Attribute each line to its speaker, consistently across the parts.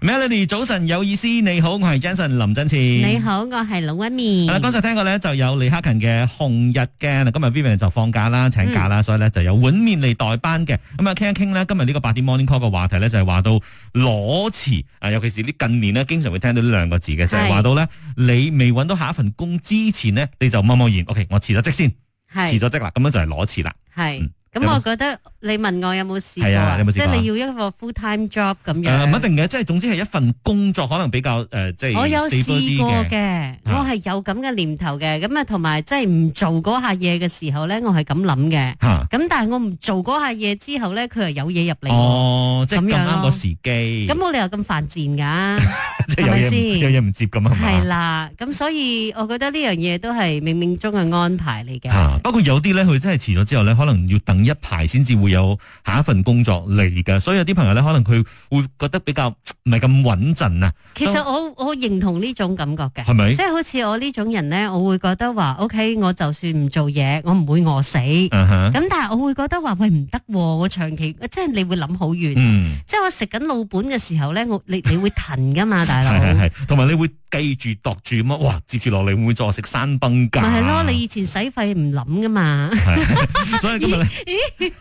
Speaker 1: Melody 早晨有意思，你好，我係 Jason 林振前。
Speaker 2: 你好，我係老一面
Speaker 1: 係。啦，剛才聽過咧就有李克勤嘅《紅日嘅》，嗱今日 Vivian 就放假啦，請假啦，
Speaker 2: 嗯
Speaker 1: 所以咧就有碗面嚟代班嘅。咁啊，傾一傾咧，今日呢個八點 Morning Call 嘅話題咧就係話到裸辭啊，尤其是呢近年咧，經常會聽到呢兩個字嘅，就係
Speaker 2: 係
Speaker 1: 話到咧你未揾到下一份工之前呢，你就默默然，OK，我辭咗職先，辭
Speaker 2: 係
Speaker 1: 咗職啦，咁樣就係裸辭啦。
Speaker 2: 係
Speaker 1: 嗯。有
Speaker 2: 咁
Speaker 1: 冇
Speaker 2: 我覺得你問我有冇試
Speaker 1: 係
Speaker 2: 過
Speaker 1: 啊
Speaker 2: 啊
Speaker 1: 有冇試
Speaker 2: 即
Speaker 1: 過啊
Speaker 2: 係你要一個 full time job
Speaker 1: 誒、
Speaker 2: 咁
Speaker 1: 唔一
Speaker 2: 樣。
Speaker 1: 啊定嘅，即係總之係一份工作可能比較誒、呃即係
Speaker 2: 我有
Speaker 1: stable
Speaker 2: 試
Speaker 1: 啲
Speaker 2: 過嘅，我
Speaker 1: 啊
Speaker 2: 係有咁嘅念頭嘅。咁啊，同埋即係唔做嗰下嘢嘅時候咧，我係咁諗嘅。
Speaker 1: 嚇
Speaker 2: 咁但係我唔做嗰下嘢之後咧，佢係有嘢入嚟喎。
Speaker 1: 哦，即係
Speaker 2: 咁
Speaker 1: 咁
Speaker 2: 樣
Speaker 1: 啱
Speaker 2: 咯
Speaker 1: 個時機，
Speaker 2: 咁我哋又咁犯賤㗎。
Speaker 1: 即係有
Speaker 2: 係咪先
Speaker 1: 嘢唔有嘢唔接咁啊 係
Speaker 2: 係
Speaker 1: 嘛。
Speaker 2: 啦，咁所以我覺得呢樣嘢都係冥冥中嘅安排嚟嘅。
Speaker 1: 嚇不過有啲咧，佢真係辭咗之後咧，可能要等一排先至會有下一份工作嚟㗎，所以有啲朋友咧，可能佢會覺得比較唔係咁穩陣啊，
Speaker 2: 其實我我認同呢種感覺嘅，
Speaker 1: 係咪
Speaker 2: 即？係好似我呢種人呢，我會覺得話，OK，我就算唔做嘢，我唔會餓死。咁
Speaker 1: 嗯哼
Speaker 2: 但係我會覺得話，喂唔得喎，我長期即係你會諗好遠。
Speaker 1: 嗯，
Speaker 2: 即係我食緊老本嘅時候呢，我你你會騰噶嘛，大佬。
Speaker 1: 係係係，同埋你會記住度住咁啊，哇！接住落嚟會唔會再食山崩啊㗎？
Speaker 2: 咪係咯，你以前使費唔諗噶嘛。
Speaker 1: 所以今日咧，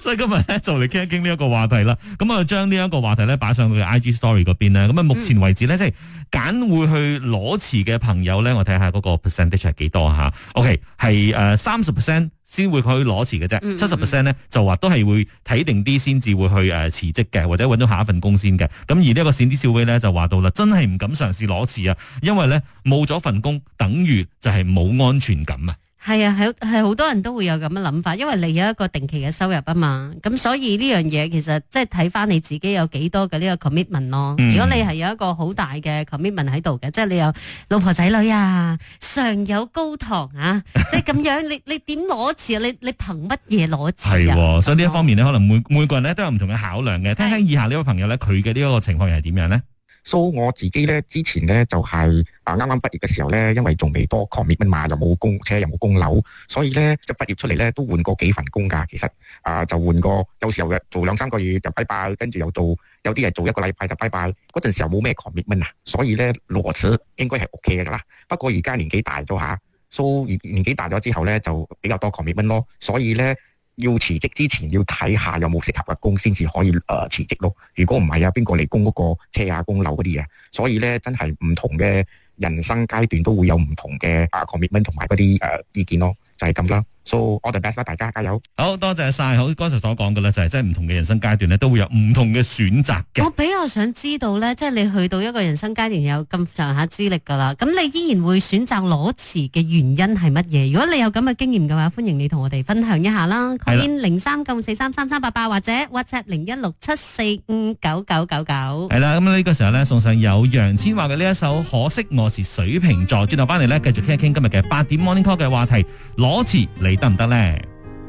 Speaker 1: 所以今日咧就嚟傾一傾呢一個話題啦。咁啊，將呢一個話題咧擺上佢嘅 IG Story 嗰邊咧。
Speaker 2: 嗯
Speaker 1: 咁啊，目前為止咧，即係揀會去裸辭嘅朋友咧，我睇下嗰個 percentage 係幾多啊吓。OK，係誒三十 percent 先會去裸辭嘅啫，
Speaker 2: 嗯嗯
Speaker 1: 七十 percent 咧就話都係會睇定啲先至會去誒辭職嘅，或者揾到下一份工先嘅。咁而呢一個閃啲少威咧就話到啦，真係唔敢嘗試裸辭啊，因為咧冇咗份工，等於就係冇安全感啊。
Speaker 2: 係啊，係係好多人都會有咁嘅諗法，因為你有一個定期嘅收入啊嘛，咁所以呢樣嘢其實即係睇翻你自己有幾多嘅呢個 commitment 咯。
Speaker 1: 嗯
Speaker 2: 如果你係有一個好大嘅 commitment 喺度嘅，即係你有老婆仔女啊，上有高堂啊，即係咁樣，你你點攞字啊？你你憑乜嘢攞
Speaker 1: 係
Speaker 2: 字啊？
Speaker 1: 喎，所以呢一方面咧，可能每每個人咧都有唔同嘅考量嘅。聽聽以下呢位朋友咧，佢嘅呢一個情況又係點樣咧？
Speaker 3: So 我自己咧之前咧就係啊啱啱畢業嘅時候咧，因為仲未多 commitment 嘛，又冇供車又冇供樓，所以咧就畢業出嚟咧都換過幾份工㗎。其實啊就換過，有時候做兩三個月就拜拜，跟住又做有啲係做一個禮拜就拜拜。嗰陣時候冇咩 commitment 啊，所以咧裸辭應該係 OK 㗎啦。不過而家年紀大咗嚇，so 而年紀大咗之後咧就比較多 commitment 咯，所以咧。要辭職之前要睇下有冇適合嘅工先至可以誒、呃、辭職咯。如果唔係啊，邊個嚟供嗰個車啊、供樓嗰啲嘢？所以咧，真係唔同嘅人生階段都會有唔同嘅啊 commitment 同埋嗰啲誒意見咯，就係咁啦。So all the best 啦，大家加油！
Speaker 1: 好多謝晒，好剛才所講嘅咧，就係真係唔同嘅人生階段咧，都會有唔同嘅選擇嘅
Speaker 2: 我。比較想知道咧，即係你去到一個人生階段有咁上下資歷噶啦，咁你依然會選擇裸辭嘅原因係乜嘢？如果你有咁嘅經驗嘅話，歡迎你同我哋分享一下啦。
Speaker 1: 係啦
Speaker 2: call in 零三九四三三三八八或者 WhatsApp 零一六七四五九九九九。
Speaker 1: 係啦，咁呢個時候咧，送上有楊千嬅嘅呢一首《可惜我是水瓶座》，轉頭翻嚟咧，繼續傾一傾今日嘅八點 Morning Call 嘅話題，裸辭你得唔得咧？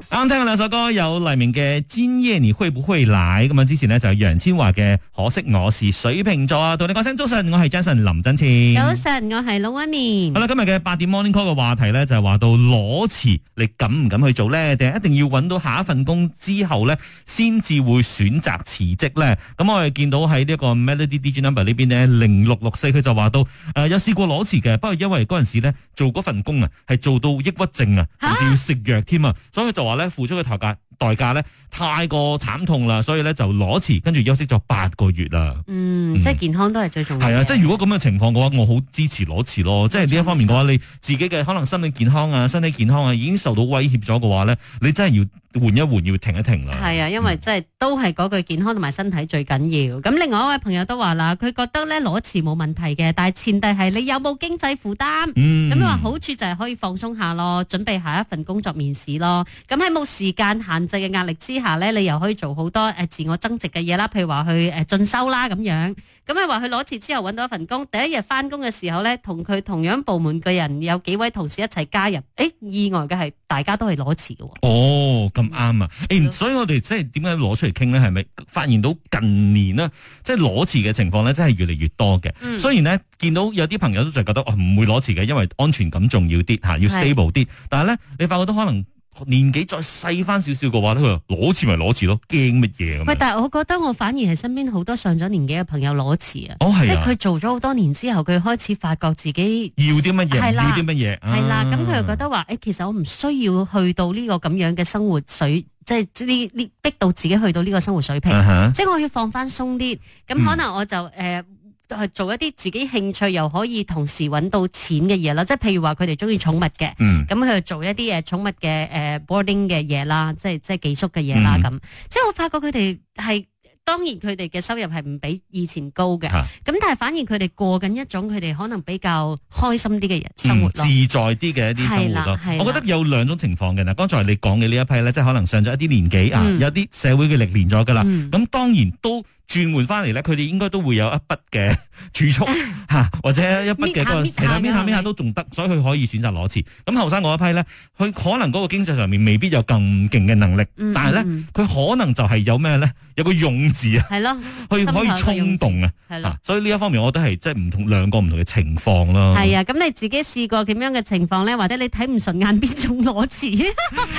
Speaker 1: 啱聽嘅兩首歌有黎明嘅《今夜你會不會來》，咁啊之前呢，就有楊千嬅嘅《可惜我是水瓶座》啊，同你講聲早晨，我係 Jason 林振前。
Speaker 2: 早晨，我係老一面
Speaker 1: 嗯好。啦，今日嘅八點 morning call 嘅話題咧，就係話到裸辭，你敢唔敢去做咧？定係一定要揾到下一份工之後咧，先至會選擇辭職咧？咁我哋見到喺呢一個 Melody DJ number 呢邊呢，零六六四佢就話到，誒、呃有試過裸辭嘅，不過因為嗰陣時咧做嗰份工啊，係做到抑鬱症啊，甚至要食藥添啊，所以就話咧付出嘅代價代價咧太過慘痛啦，所以咧就裸辭，跟住休息咗八個月啦。
Speaker 2: 嗯，即係健康都係最重要嘅。
Speaker 1: 係啊，即係如果咁嘅情況嘅話，我好支持裸辭
Speaker 2: 嗯
Speaker 1: 咯。即係呢一方面嘅話，你自己嘅可能心理健康啊、身體健康啊，已經受到威脅咗嘅話咧，你真係要換一換，要停一停啦。
Speaker 2: 係啊，因為即係都係嗰句健康同埋身體最緊要。咁另外一位朋友都話啦，佢覺得咧裸辭冇問題嘅，但係前提係你有冇經濟負擔。
Speaker 1: 嗯，
Speaker 2: 咁你啊話好處就係可以放鬆下咯，準備下一份工作面試咯。咁喺冇時間限制嘅壓力之下咧，你又可以做好多誒自我增值嘅嘢啦，譬如話去誒進修啦咁樣。咁啊你話佢攞次之後揾到一份工，第一日翻工嘅時候咧，同佢同樣部門嘅人有幾位同事一齊加入，誒意外嘅係大家都係攞次嘅喎。
Speaker 1: 哦，咁啱啊！
Speaker 2: 嗯
Speaker 1: 誒，所以我哋即係點解攞出嚟傾咧？係咪發現到近年呢，即係裸辭嘅情況咧，真係越嚟越多嘅。
Speaker 2: 嗯
Speaker 1: 雖然呢，見到有啲朋友都就覺得哦唔會裸辭嘅，因為安全感重要啲嚇，要
Speaker 2: 係
Speaker 1: stable 啲。但係咧，你發覺都可能年紀再細翻少少嘅話咧，佢話攞錢咪攞錢咯，驚乜嘢咁
Speaker 2: 喂，
Speaker 1: 樣？
Speaker 2: 但係我覺得我反而係身邊好多上咗年紀嘅朋友攞詞啊，
Speaker 1: 哦
Speaker 2: 即
Speaker 1: 係
Speaker 2: 係
Speaker 1: 啊，
Speaker 2: 佢做咗好多年之後，佢開始發覺自己。
Speaker 1: 要啲乜嘢？
Speaker 2: 係
Speaker 1: 唔要
Speaker 2: 啦
Speaker 1: 啲乜嘢？啊
Speaker 2: 係啦，咁佢又覺
Speaker 1: 得
Speaker 2: 得話，诶、其實我唔需要去到呢個咁樣嘅生活水，即係呢呢逼到自己去到呢個生活水
Speaker 1: 嗯
Speaker 2: 平，
Speaker 1: 啊
Speaker 2: 即係我要放翻鬆啲。咁可能我就诶。去做一啲自己興趣又可以同時揾到錢嘅嘢啦，即係譬如話佢哋中意寵物嘅，
Speaker 1: 嗯，
Speaker 2: 咁佢就做一啲誒寵物嘅誒 boarding 嘅嘢啦，即係即係寄宿嘅嘢啦
Speaker 1: 嗯
Speaker 2: 咁。即係我發覺佢哋係當然佢哋嘅收入係唔比以前高嘅，
Speaker 1: 嚇
Speaker 2: 咁但係反而佢哋過緊一種佢哋可能比較開心啲嘅人生活
Speaker 1: 嗯自。
Speaker 2: 咯
Speaker 1: 在啲嘅一啲生活
Speaker 2: 係
Speaker 1: 咯
Speaker 2: 啦係。啦
Speaker 1: 我覺得有兩種情況嘅嗱，剛才你講嘅呢一批咧，即係可能上咗一啲年紀啊，
Speaker 2: 嗯
Speaker 1: 有啲社會嘅歷練咗㗎啦。
Speaker 2: 嗯
Speaker 1: 咁當然都轉換翻嚟咧，佢哋應該都會有一筆嘅 儲蓄 嚇，或者一筆嘅嗰個
Speaker 2: 搣下搣下
Speaker 1: 其實搣下
Speaker 2: 㗎
Speaker 1: 搣下都仲得，所以佢可以選擇攞錢。咁後生嗰一批咧，佢可能嗰個經濟上面未必有咁勁嘅能力，
Speaker 2: 嗯
Speaker 1: 但係咧
Speaker 2: 嗯
Speaker 1: 佢可能就係有咩咧，有個勇字啊，
Speaker 2: 係咯，
Speaker 1: 佢可以
Speaker 2: 心態嘅
Speaker 1: 衝
Speaker 2: 勇字
Speaker 1: 動啊。
Speaker 2: 係咯
Speaker 1: 啊。，嗯所以呢一方面，我覺得係即係唔同兩個唔同嘅情況咯。
Speaker 2: 係啊，咁你自己試過點樣嘅情況咧，或者你睇唔順眼邊種 攞詞？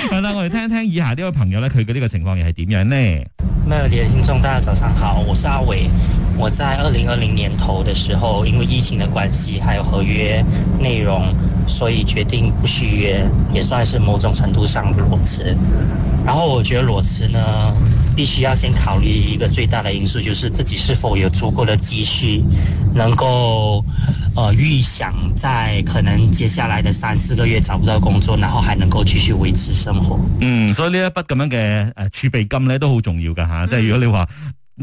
Speaker 1: 係啦，我哋聽一聽以下呢位朋友咧，佢嘅呢個情況又係點樣呢？
Speaker 4: 那里的听众，大家早上好，我是阿伟。我在二零二零年头的时候，因为疫情的关系，还有合约内容，所以决定不续约，也算是某种程度上的裸辞。然后我觉得裸辞呢，必须要先考虑一个最大的因素，就是自己是否有足够的积蓄，能够呃预想在可能接下来的三四个月找不到工作，然后还能够继续维持生活。
Speaker 1: 嗯，所以呢一筆咁樣嘅誒儲備金咧都好重要噶嚇，
Speaker 2: 嗯
Speaker 1: 即係如果你話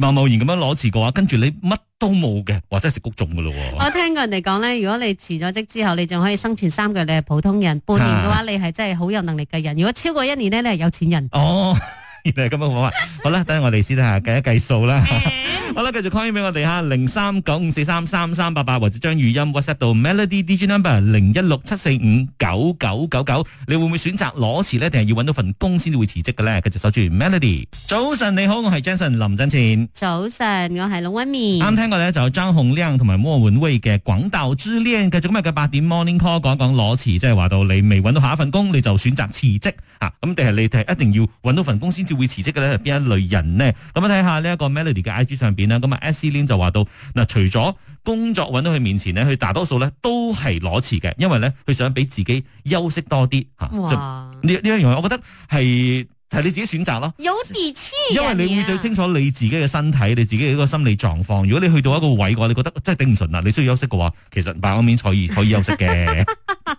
Speaker 1: 貿貿然咁樣攞錢嘅話，跟住你乜都冇嘅，或者係食谷種噶咯喎。
Speaker 2: 我聽過人哋講咧，如果你辭咗職之後，你仲可以生存三個月，你係普通人；半年嘅話，
Speaker 1: 啊
Speaker 2: 你係真係好有能力嘅人；如果超過一年咧，你係有錢人。
Speaker 1: 哦。 原來係咁嘅講法，好啦，等我哋先下計一計數啦。 好啦，繼續 call in 俾我哋嚇，零三九五四三三三八八，或者將語音 WhatsApp 到 Melody DJ number 零一六七四五九九九九。你會唔會選擇攞辭呢？定係要揾到份工先至會辭職嘅咧？繼續守住 Melody。早晨你好，我係 Jason 林振前。
Speaker 2: 早晨，我係龍威面。
Speaker 1: 啱聽過咧就有張洪亮同埋莫文蔚嘅《廣島之戀》，繼續今日嘅八點 Morning Call 講一講裸辭，即係話到你未揾到下一份工，你就選擇辭職啊！咁定係你係一定要揾到份工先至會辭職嘅咧？係邊一類人呢？咁啊睇下呢一個 Melody 嘅 IG 上邊啦，咁啊 S C Lin 就話到嗱，除咗工作揾到佢面前呢，佢大多數咧都係裸辭嘅，因為咧佢想俾自己休息多啲嚇。就呢
Speaker 2: 哇，
Speaker 1: 呢一樣嘢，我覺得係係你自己選擇咯。
Speaker 2: 有底氣啊，
Speaker 1: 因為你會
Speaker 2: 啊
Speaker 1: 最清楚你自己嘅身體，你自己嘅一個心理狀況。如果你去到一個位嘅話，你覺得真係頂唔順啦，你需要休息嘅話，其實擺我面可以可以休息嘅。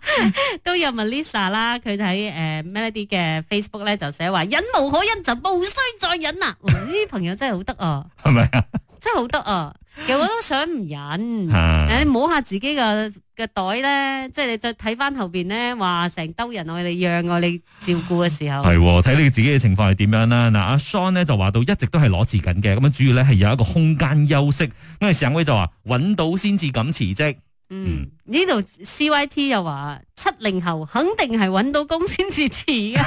Speaker 2: 都有 Melissa 啦，佢睇誒 Melody 嘅 Facebook 咧就寫話忍無可忍就無需再忍啦。哇呢啲朋友真係好得啊，
Speaker 1: 係咪啊
Speaker 2: 真係好得啊。其實我都想唔忍，
Speaker 1: 啊
Speaker 2: 誒摸下自己嘅嘅袋咧，即係你再睇翻後邊咧，話成兜人我哋讓我哋照顧嘅時候，
Speaker 1: 係喎，睇你自己嘅情況係點樣啦。嗱，阿 Sean 呢就話到一直都係攞辭緊嘅，咁樣啊主要咧係有一個空間休息。因為上位就話揾到先至敢辭職。
Speaker 2: 嗯，呢度 CYT 又話七零後肯定係揾到工先至辭嘅。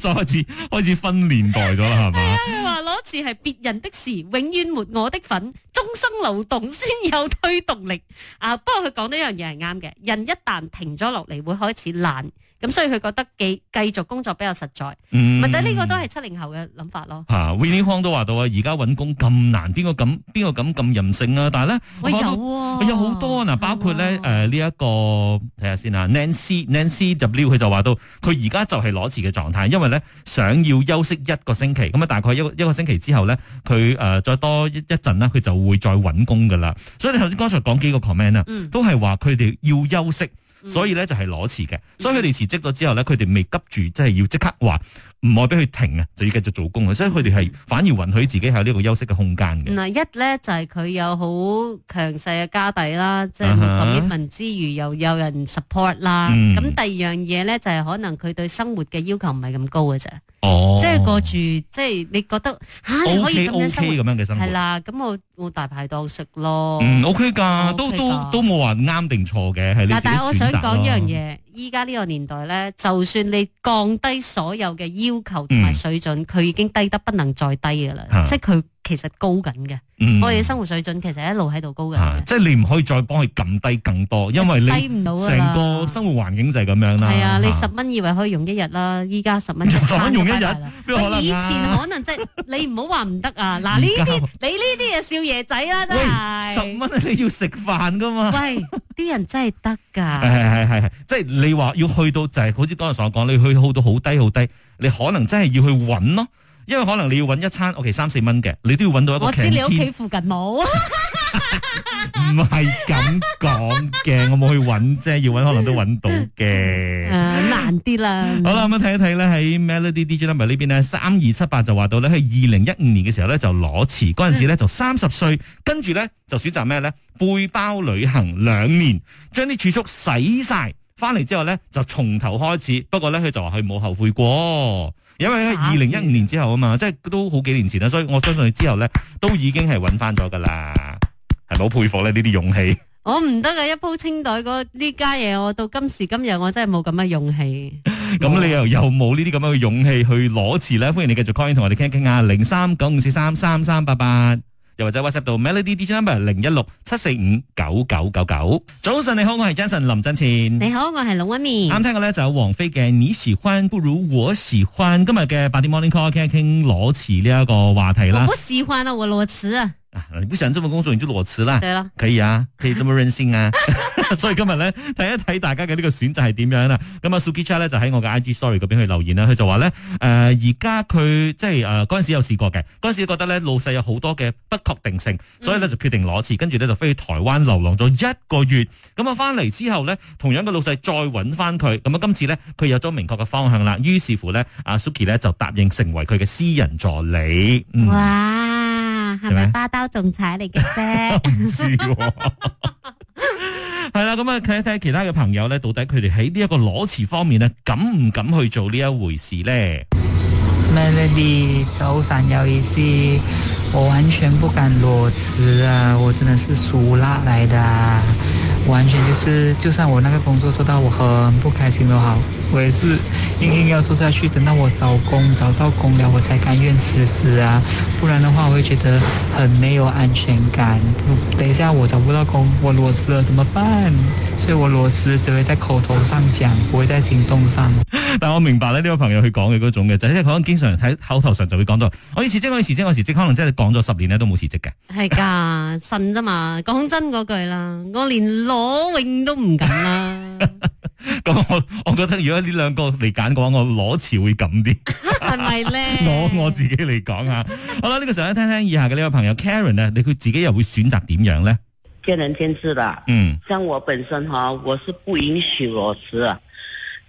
Speaker 1: 所以開 始開始分年代咗啦，係嘛？
Speaker 2: 佢話攞字係別人的事，永遠沒我的份，終生勞動先有推動力。啊，不過佢講呢樣嘢係啱嘅，人一旦停咗落嚟，會開始懶，咁所以佢覺得繼繼續工作比較實在。
Speaker 1: 嗯
Speaker 2: 咪但呢個都係七零後嘅諗法咯。
Speaker 1: 啊 w i n n i e 康都話到啊，而家揾工咁難，邊個敢邊個敢咁任性啊？但係咧，
Speaker 2: 喂，有
Speaker 1: 講到
Speaker 2: 喎，
Speaker 1: 哦
Speaker 2: 嗯
Speaker 1: 有好多啊嗱，包括咧
Speaker 2: 係
Speaker 1: 誒
Speaker 2: 喎
Speaker 1: 呢一個睇下先啊，Nancy Nancy W 佢就話到，佢而家就係攞字嘅狀態，因為咧想要休息一個星期，咁啊大概一個一個星期之後咧，佢誒、呃再多一一陣啦，佢就會再揾工噶啦。所以你頭先剛才講幾個 comment 啊，
Speaker 2: 嗯
Speaker 1: 都係話佢哋要休息。
Speaker 2: 嗯
Speaker 1: 呃所以咧就係攞辭嘅，所以佢哋辭職咗之後咧，佢哋未急住即係要即刻話唔可以俾佢停啊，就要繼續做工啊，所以佢哋
Speaker 2: 嗯
Speaker 1: 係反而允許自己有呢個休息嘅空間嘅。
Speaker 2: 嗱，嗯一咧就係佢有好強勢嘅家底啦，即係
Speaker 1: 啊
Speaker 2: 唔
Speaker 1: 哈
Speaker 2: commitment 之餘又有人 support 啦。
Speaker 1: 嗯
Speaker 2: 咁第二樣嘢咧就係可能佢對生活嘅要求唔係咁高嘅啫，
Speaker 1: 哦
Speaker 2: 嗯即係過住即係你覺得吓你
Speaker 1: O
Speaker 2: 可
Speaker 1: K
Speaker 2: 以咁
Speaker 1: O
Speaker 2: 樣生
Speaker 1: K 咁
Speaker 2: 活
Speaker 1: 樣嘅生活
Speaker 2: 係。啦。咁我我大排檔食咯。
Speaker 1: 嗯，OK 噶，
Speaker 2: OK
Speaker 1: 都
Speaker 2: 㗎
Speaker 1: 都都冇話啱定錯嘅，係你
Speaker 2: 哦嗱，但係我
Speaker 1: 自己
Speaker 2: 想
Speaker 1: 選擇咯
Speaker 2: 講一樣，嘢，依家呢個年代咧，就算你
Speaker 1: 嗯
Speaker 2: 降低所有嘅要求同埋水準，佢、已經低得不能再低噶啦，
Speaker 1: 啊
Speaker 2: 即係佢其實高緊嘅，
Speaker 1: 嗯
Speaker 2: 我哋嘅生活水準其實一路喺度高緊
Speaker 1: 啊
Speaker 2: 嘅，
Speaker 1: 即係你唔可以再幫佢撳低更多，因為你
Speaker 2: 低唔到㗎啦
Speaker 1: 成個生活環境就係咁樣啦。
Speaker 2: 係啊，你
Speaker 1: 嚇
Speaker 2: 十蚊以為可以用一日啦，依家十蚊
Speaker 1: 十蚊用一日
Speaker 2: 餐就拜
Speaker 1: 邊可
Speaker 2: 拜啦
Speaker 1: 能啊
Speaker 2: 以前可能即係你唔好話唔得 啊！嗱呢
Speaker 1: 而家
Speaker 2: 啲你呢啲嘢少爺仔啦，真
Speaker 1: 喂，
Speaker 2: 係
Speaker 1: 十。蚊啊你要食飯噶嘛？
Speaker 2: 喂，啲人真係 得
Speaker 1: 係
Speaker 2: 㗎，
Speaker 1: 係係係，即係你話要去到就係、好似剛才所講，你去到好低好低，你可能真係要去揾咯，因為可能你要揾一餐，OK 三四蚊嘅，你都要揾到一個
Speaker 2: 我
Speaker 1: canteen。
Speaker 2: 知你屋企附 近冇，啊
Speaker 1: 唔係咁講嘅，我冇去揾啫，要揾可能都揾到 嘅。
Speaker 2: 誒難啲啦。
Speaker 1: 好啦，咁樣睇一睇咧，喺 Melody DJ number 呢邊呢，三二七八就話到咧，喺二零一五年嘅時候咧就裸辭，嗰陣時咧就三十歲，跟住咧就選擇咩咧背包旅行兩年，將啲儲蓄洗晒，翻嚟之後咧就從頭開始。不過咧佢就話佢冇後悔過，因為咧二
Speaker 2: 慘
Speaker 1: 零一五年之後啊嘛，即係都好幾年前啦，所以我相信佢之後咧都已經係揾翻咗噶啦，係咪好佩服咧呢啲勇氣？
Speaker 2: 我唔得啊！一鋪清袋嗰呢家嘢，我到今時今日我真係冇咁嘅勇氣。
Speaker 1: 嗯咁你又有冇呢啲咁樣嘅勇氣去攞詞咧？歡迎你繼續 call in 同我哋傾一傾啊，零三九五四三三三八八。又或者 WhatsApp 到 Melody DJ number 零一六七四五九九九九。早晨你好，我係 Jason 林振前。
Speaker 2: 你好，我係龍威面。
Speaker 1: 啱聽嘅咧就有王菲嘅你喜歡不如我喜歡。今日嘅八點 Morning Call 傾一傾裸辭呢一個話題
Speaker 2: 我
Speaker 1: 啦
Speaker 2: 不。喜歡啊，我裸辭啊，
Speaker 1: 啊你不想這份工作，你就裸辭啦。
Speaker 2: 對啦，
Speaker 1: 可以啊，可以這麼任性啊！ 所以今日咧睇一睇大家嘅呢個選擇係點樣啦。咁啊，Suki Cha 咧就喺我嘅 IG Story 嗰邊去留言啦。佢就話咧，誒而家佢即係誒嗰陣時有試過嘅，嗰陣時覺得咧老細有好多嘅不確定性，所以咧就決定攞次，跟住咧就飛去台灣流浪咗一個月。咁啊翻嚟之後咧，同樣嘅老細再揾翻佢，咁啊今次咧佢有咗明確嘅方向啦。於是乎咧，阿 Suki 咧就答應成為佢嘅私人助理。嗯
Speaker 2: 哇，係
Speaker 1: 係咪
Speaker 2: 咪巴刀仲踩嚟嘅 啫？
Speaker 1: 唔知喎。系啦，咁啊睇一睇其他嘅朋友咧，到底佢哋喺呢一個裸辭方面咧，敢唔敢去做呢一回事咧？
Speaker 5: Melody，早上有意思，我完全不敢裸辞啊！我真的是俗辣来的、啊，完全就是，就算我那个工作做到我很不开心都好，我也是硬硬要做下去，等到我找工找到工了，我才甘愿辞职啊！不然的话，我会觉得很没有安全感。不等一下我找不到工，我裸辞了怎么办？所以我裸辞只会在口头上讲，不会在行动上。
Speaker 1: 但我明白咧，呢位朋友佢講嘅嗰種嘅，就係因為可能經常喺口頭上就會講到，我要辭職，我要辭職，我要辭職，可能真係講咗十年咧都冇辭職嘅。
Speaker 2: 係㗎，信啫嘛。講真嗰句啦，我連裸泳都唔敢啊啦，
Speaker 1: 咁我我覺得如果呢兩個嚟揀嘅話，我裸辭會咁啲。
Speaker 2: 係咪咧？
Speaker 1: 攞我自己嚟講吓。好啦，呢、個時候咧聽聽以下嘅呢位朋友 Karen 咧，你佢自己又會選擇點樣咧？
Speaker 6: 见仁见智的。
Speaker 1: 嗯
Speaker 6: 像我本身哈，我是不允许裸辞啊。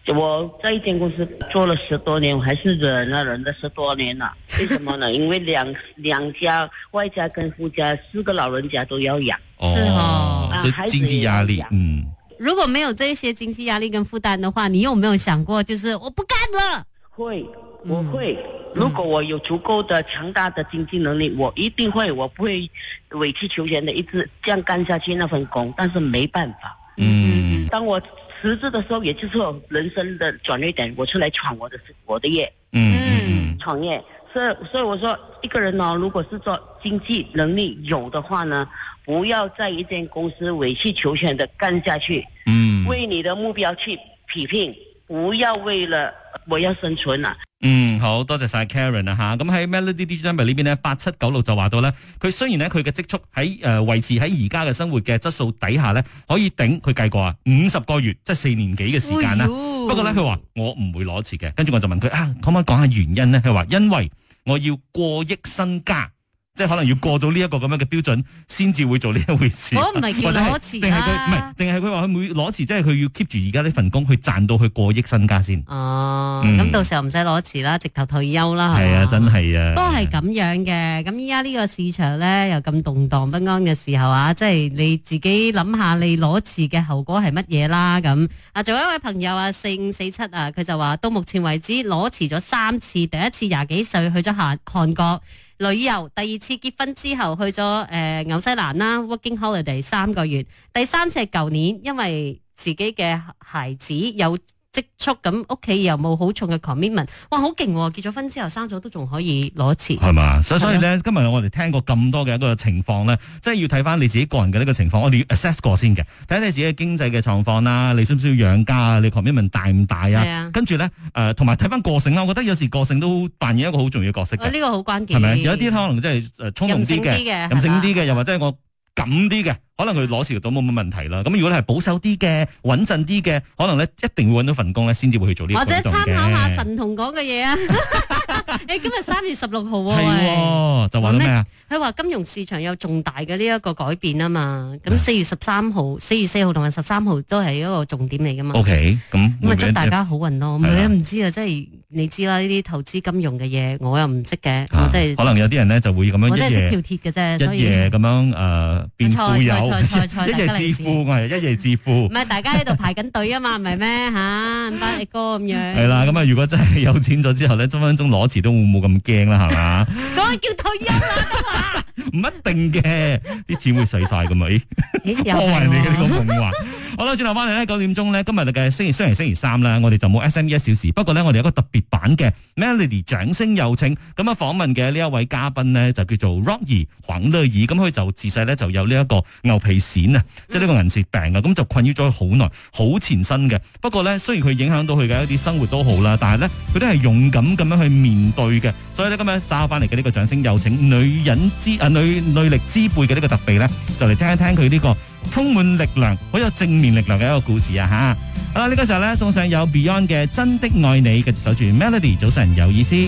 Speaker 6: 我在一间公司做了十多年，我还是忍了忍了十多年了。为什么呢？因为两两家外家跟夫家四个老人家都要养。
Speaker 2: 是哦
Speaker 1: 所以經濟壓力
Speaker 6: 啊，
Speaker 1: 嗯。
Speaker 2: 如果沒有这些经济压力跟负担的话，你有没有想过，就是我不干了？
Speaker 6: 会，我会。如果我有足够的强大的经济能力，我一定会，我不会委曲求全的一直这样干下去那份工。但是没办法，
Speaker 1: 嗯
Speaker 6: 当我辞职的时候，也就是我人生的转捩点，我出来闯我的我的业。
Speaker 1: 嗯嗯
Speaker 6: 创业。所以，所以我说，一个人哦呢，如果是说经济能力有的话呢，不要在一间公司委曲求全的干下去，
Speaker 1: 嗯
Speaker 6: 为你的目标去匹拼，不要为了我要生存了、啊
Speaker 1: 嗯，好多謝晒 Karen 啊吓，咁喺 Melody d i g i Number 呢邊呢，八七九六就話到咧，佢雖然呢，佢嘅積蓄喺誒維持喺而家嘅生活嘅質素底下咧，可以頂佢計過啊五十個月，即係四年幾嘅時間啦。
Speaker 2: 不
Speaker 1: 不過咧，佢話我唔會攞辭嘅，跟住我就問佢啊，可唔可以講下原因呢？佢話因為我要過億身家，即係可能要過到呢一個咁樣嘅標準，先至會做呢一回事。
Speaker 2: 我唔係叫攞啊辭
Speaker 1: 或者係定係佢唔係
Speaker 2: 啦，
Speaker 1: 定係佢話佢每攞辭，即係佢要 keep 住而家呢份工，去賺到佢過億身家先。
Speaker 2: 哦，
Speaker 1: 嗯
Speaker 2: 咁、到時候唔使攞辭啦，直頭退休啦，
Speaker 1: 係啊，
Speaker 2: 嘛
Speaker 1: 真。係啊。
Speaker 2: 不過係咁樣嘅，咁依家呢個市場咧又咁動盪不安嘅時候啊，即係你自己諗下你攞字嘅後果係乜嘢啦咁。啊，仲有一位朋友啊，四五四七啊，佢就話到目前為止攞辭咗三次，第一次廿幾歲去咗韓韓國旅遊，第二次結婚之後去咗誒、呃、紐西蘭啦，working holiday 三個月，第三次係舊年因為自己嘅孩子有積蓄，咁屋企又冇好重嘅 commitment，哇，好勁喎！結咗婚之後生咗都仲可以攞錢。
Speaker 1: 系嘛，所以所以咧，今日我哋聽過咁多嘅一個情況咧，即係要睇翻你自己個人嘅呢個情況，我哋要 assess 過先嘅，睇下你自己嘅經濟嘅狀況啦，你需唔需要養家啊，你 commitment 大唔大
Speaker 2: 係
Speaker 1: 啊？
Speaker 2: 啊，
Speaker 1: 跟住咧，誒、同埋睇翻個性啦，我覺得有時個性都扮演一個好重要嘅角色
Speaker 2: 我
Speaker 1: 嘅，
Speaker 2: 哦呢個好關鍵。
Speaker 1: 係咪？有一啲可能即係誒衝動
Speaker 2: 任性
Speaker 1: 啲
Speaker 2: 啲啊
Speaker 1: 嘅，
Speaker 2: 嘅，
Speaker 1: 任性啲
Speaker 2: 係啦
Speaker 1: 嘅，又或者係我咁啲嘅，可能佢攞少到冇乜問題啦。咁如果你係保守啲嘅、穩陣啲嘅，可能咧一定會揾到份工咧，先至會去做呢個
Speaker 2: 或者
Speaker 1: 舉動嘅
Speaker 2: 參考下神童講嘅嘢啊。 你今日三月十六號
Speaker 1: 係
Speaker 2: 喎，
Speaker 1: 喎，就話到咩啊？
Speaker 2: 喂佢話金融市場有重大嘅呢一個改變啊嘛。咁四月十三號、四月四號同埋十三號都係一個重點嚟噶嘛。
Speaker 1: O K，咁
Speaker 2: 咁
Speaker 1: 會
Speaker 2: 啊，
Speaker 1: 唔會
Speaker 2: 祝大家好運咯！唔
Speaker 1: 係啦
Speaker 2: 係啊，唔知啊，即係你知啦，呢啲投資金融嘅嘢，我又唔識嘅，
Speaker 1: 啊
Speaker 2: 我真係
Speaker 1: 可能有啲人咧就會咁樣
Speaker 2: 我真
Speaker 1: 一
Speaker 2: 係識
Speaker 1: 夜
Speaker 2: 跳鐵嘅啫，所
Speaker 1: 一
Speaker 2: 以
Speaker 1: 夜咁樣誒變富
Speaker 2: 菜菜菜菜
Speaker 1: 有，
Speaker 2: 菜
Speaker 1: 一
Speaker 2: 大家
Speaker 1: 夜
Speaker 2: 利
Speaker 1: 致
Speaker 2: 是
Speaker 1: 富，我係一夜致富
Speaker 2: 唔。係大家喺度排緊隊啊嘛，唔係咩吓，唔得你哥咁樣。
Speaker 1: 係啦，咁啊，如果真係有錢咗之後咧，分分鐘攞錢都會冇咁驚啦，係嘛？
Speaker 2: 嗰個叫 退休啦，
Speaker 1: 唔一定嘅，啲錢會使晒噶嘛。咦
Speaker 2: 咦又
Speaker 1: 破
Speaker 2: 係
Speaker 1: 壞你嘅呢個
Speaker 2: 喎
Speaker 1: 夢幻。啊好啦，轉頭翻嚟咧，九點鐘咧，今日嘅星期雖然星期三啦，我哋就冇 S M E 一小時，不過咧，我哋有一個特別版嘅 Melody 掌聲有請。咁啊，訪問嘅呢一位嘉賓咧，就叫做 Rocky 黃樂兒。咁佢就自細咧就有呢一個牛皮癬啊，即係呢個銀屑病啊，咁就困擾咗佢好耐，好前身嘅。不過咧，雖然佢影響到佢嘅一啲生活都好啦，但係咧，佢都係勇敢咁樣去面對嘅。所以咧，今日稍後翻嚟嘅呢個掌聲有請女人之啊女女力之輩嘅呢個特備咧，就嚟聽一聽佢呢、個。充滿力量、好有正面力量嘅一個故事啊！吓，好啦，呢、個時候咧送上有 Beyond 嘅《真的愛你》，繼續守住 Melody，早晨有意思。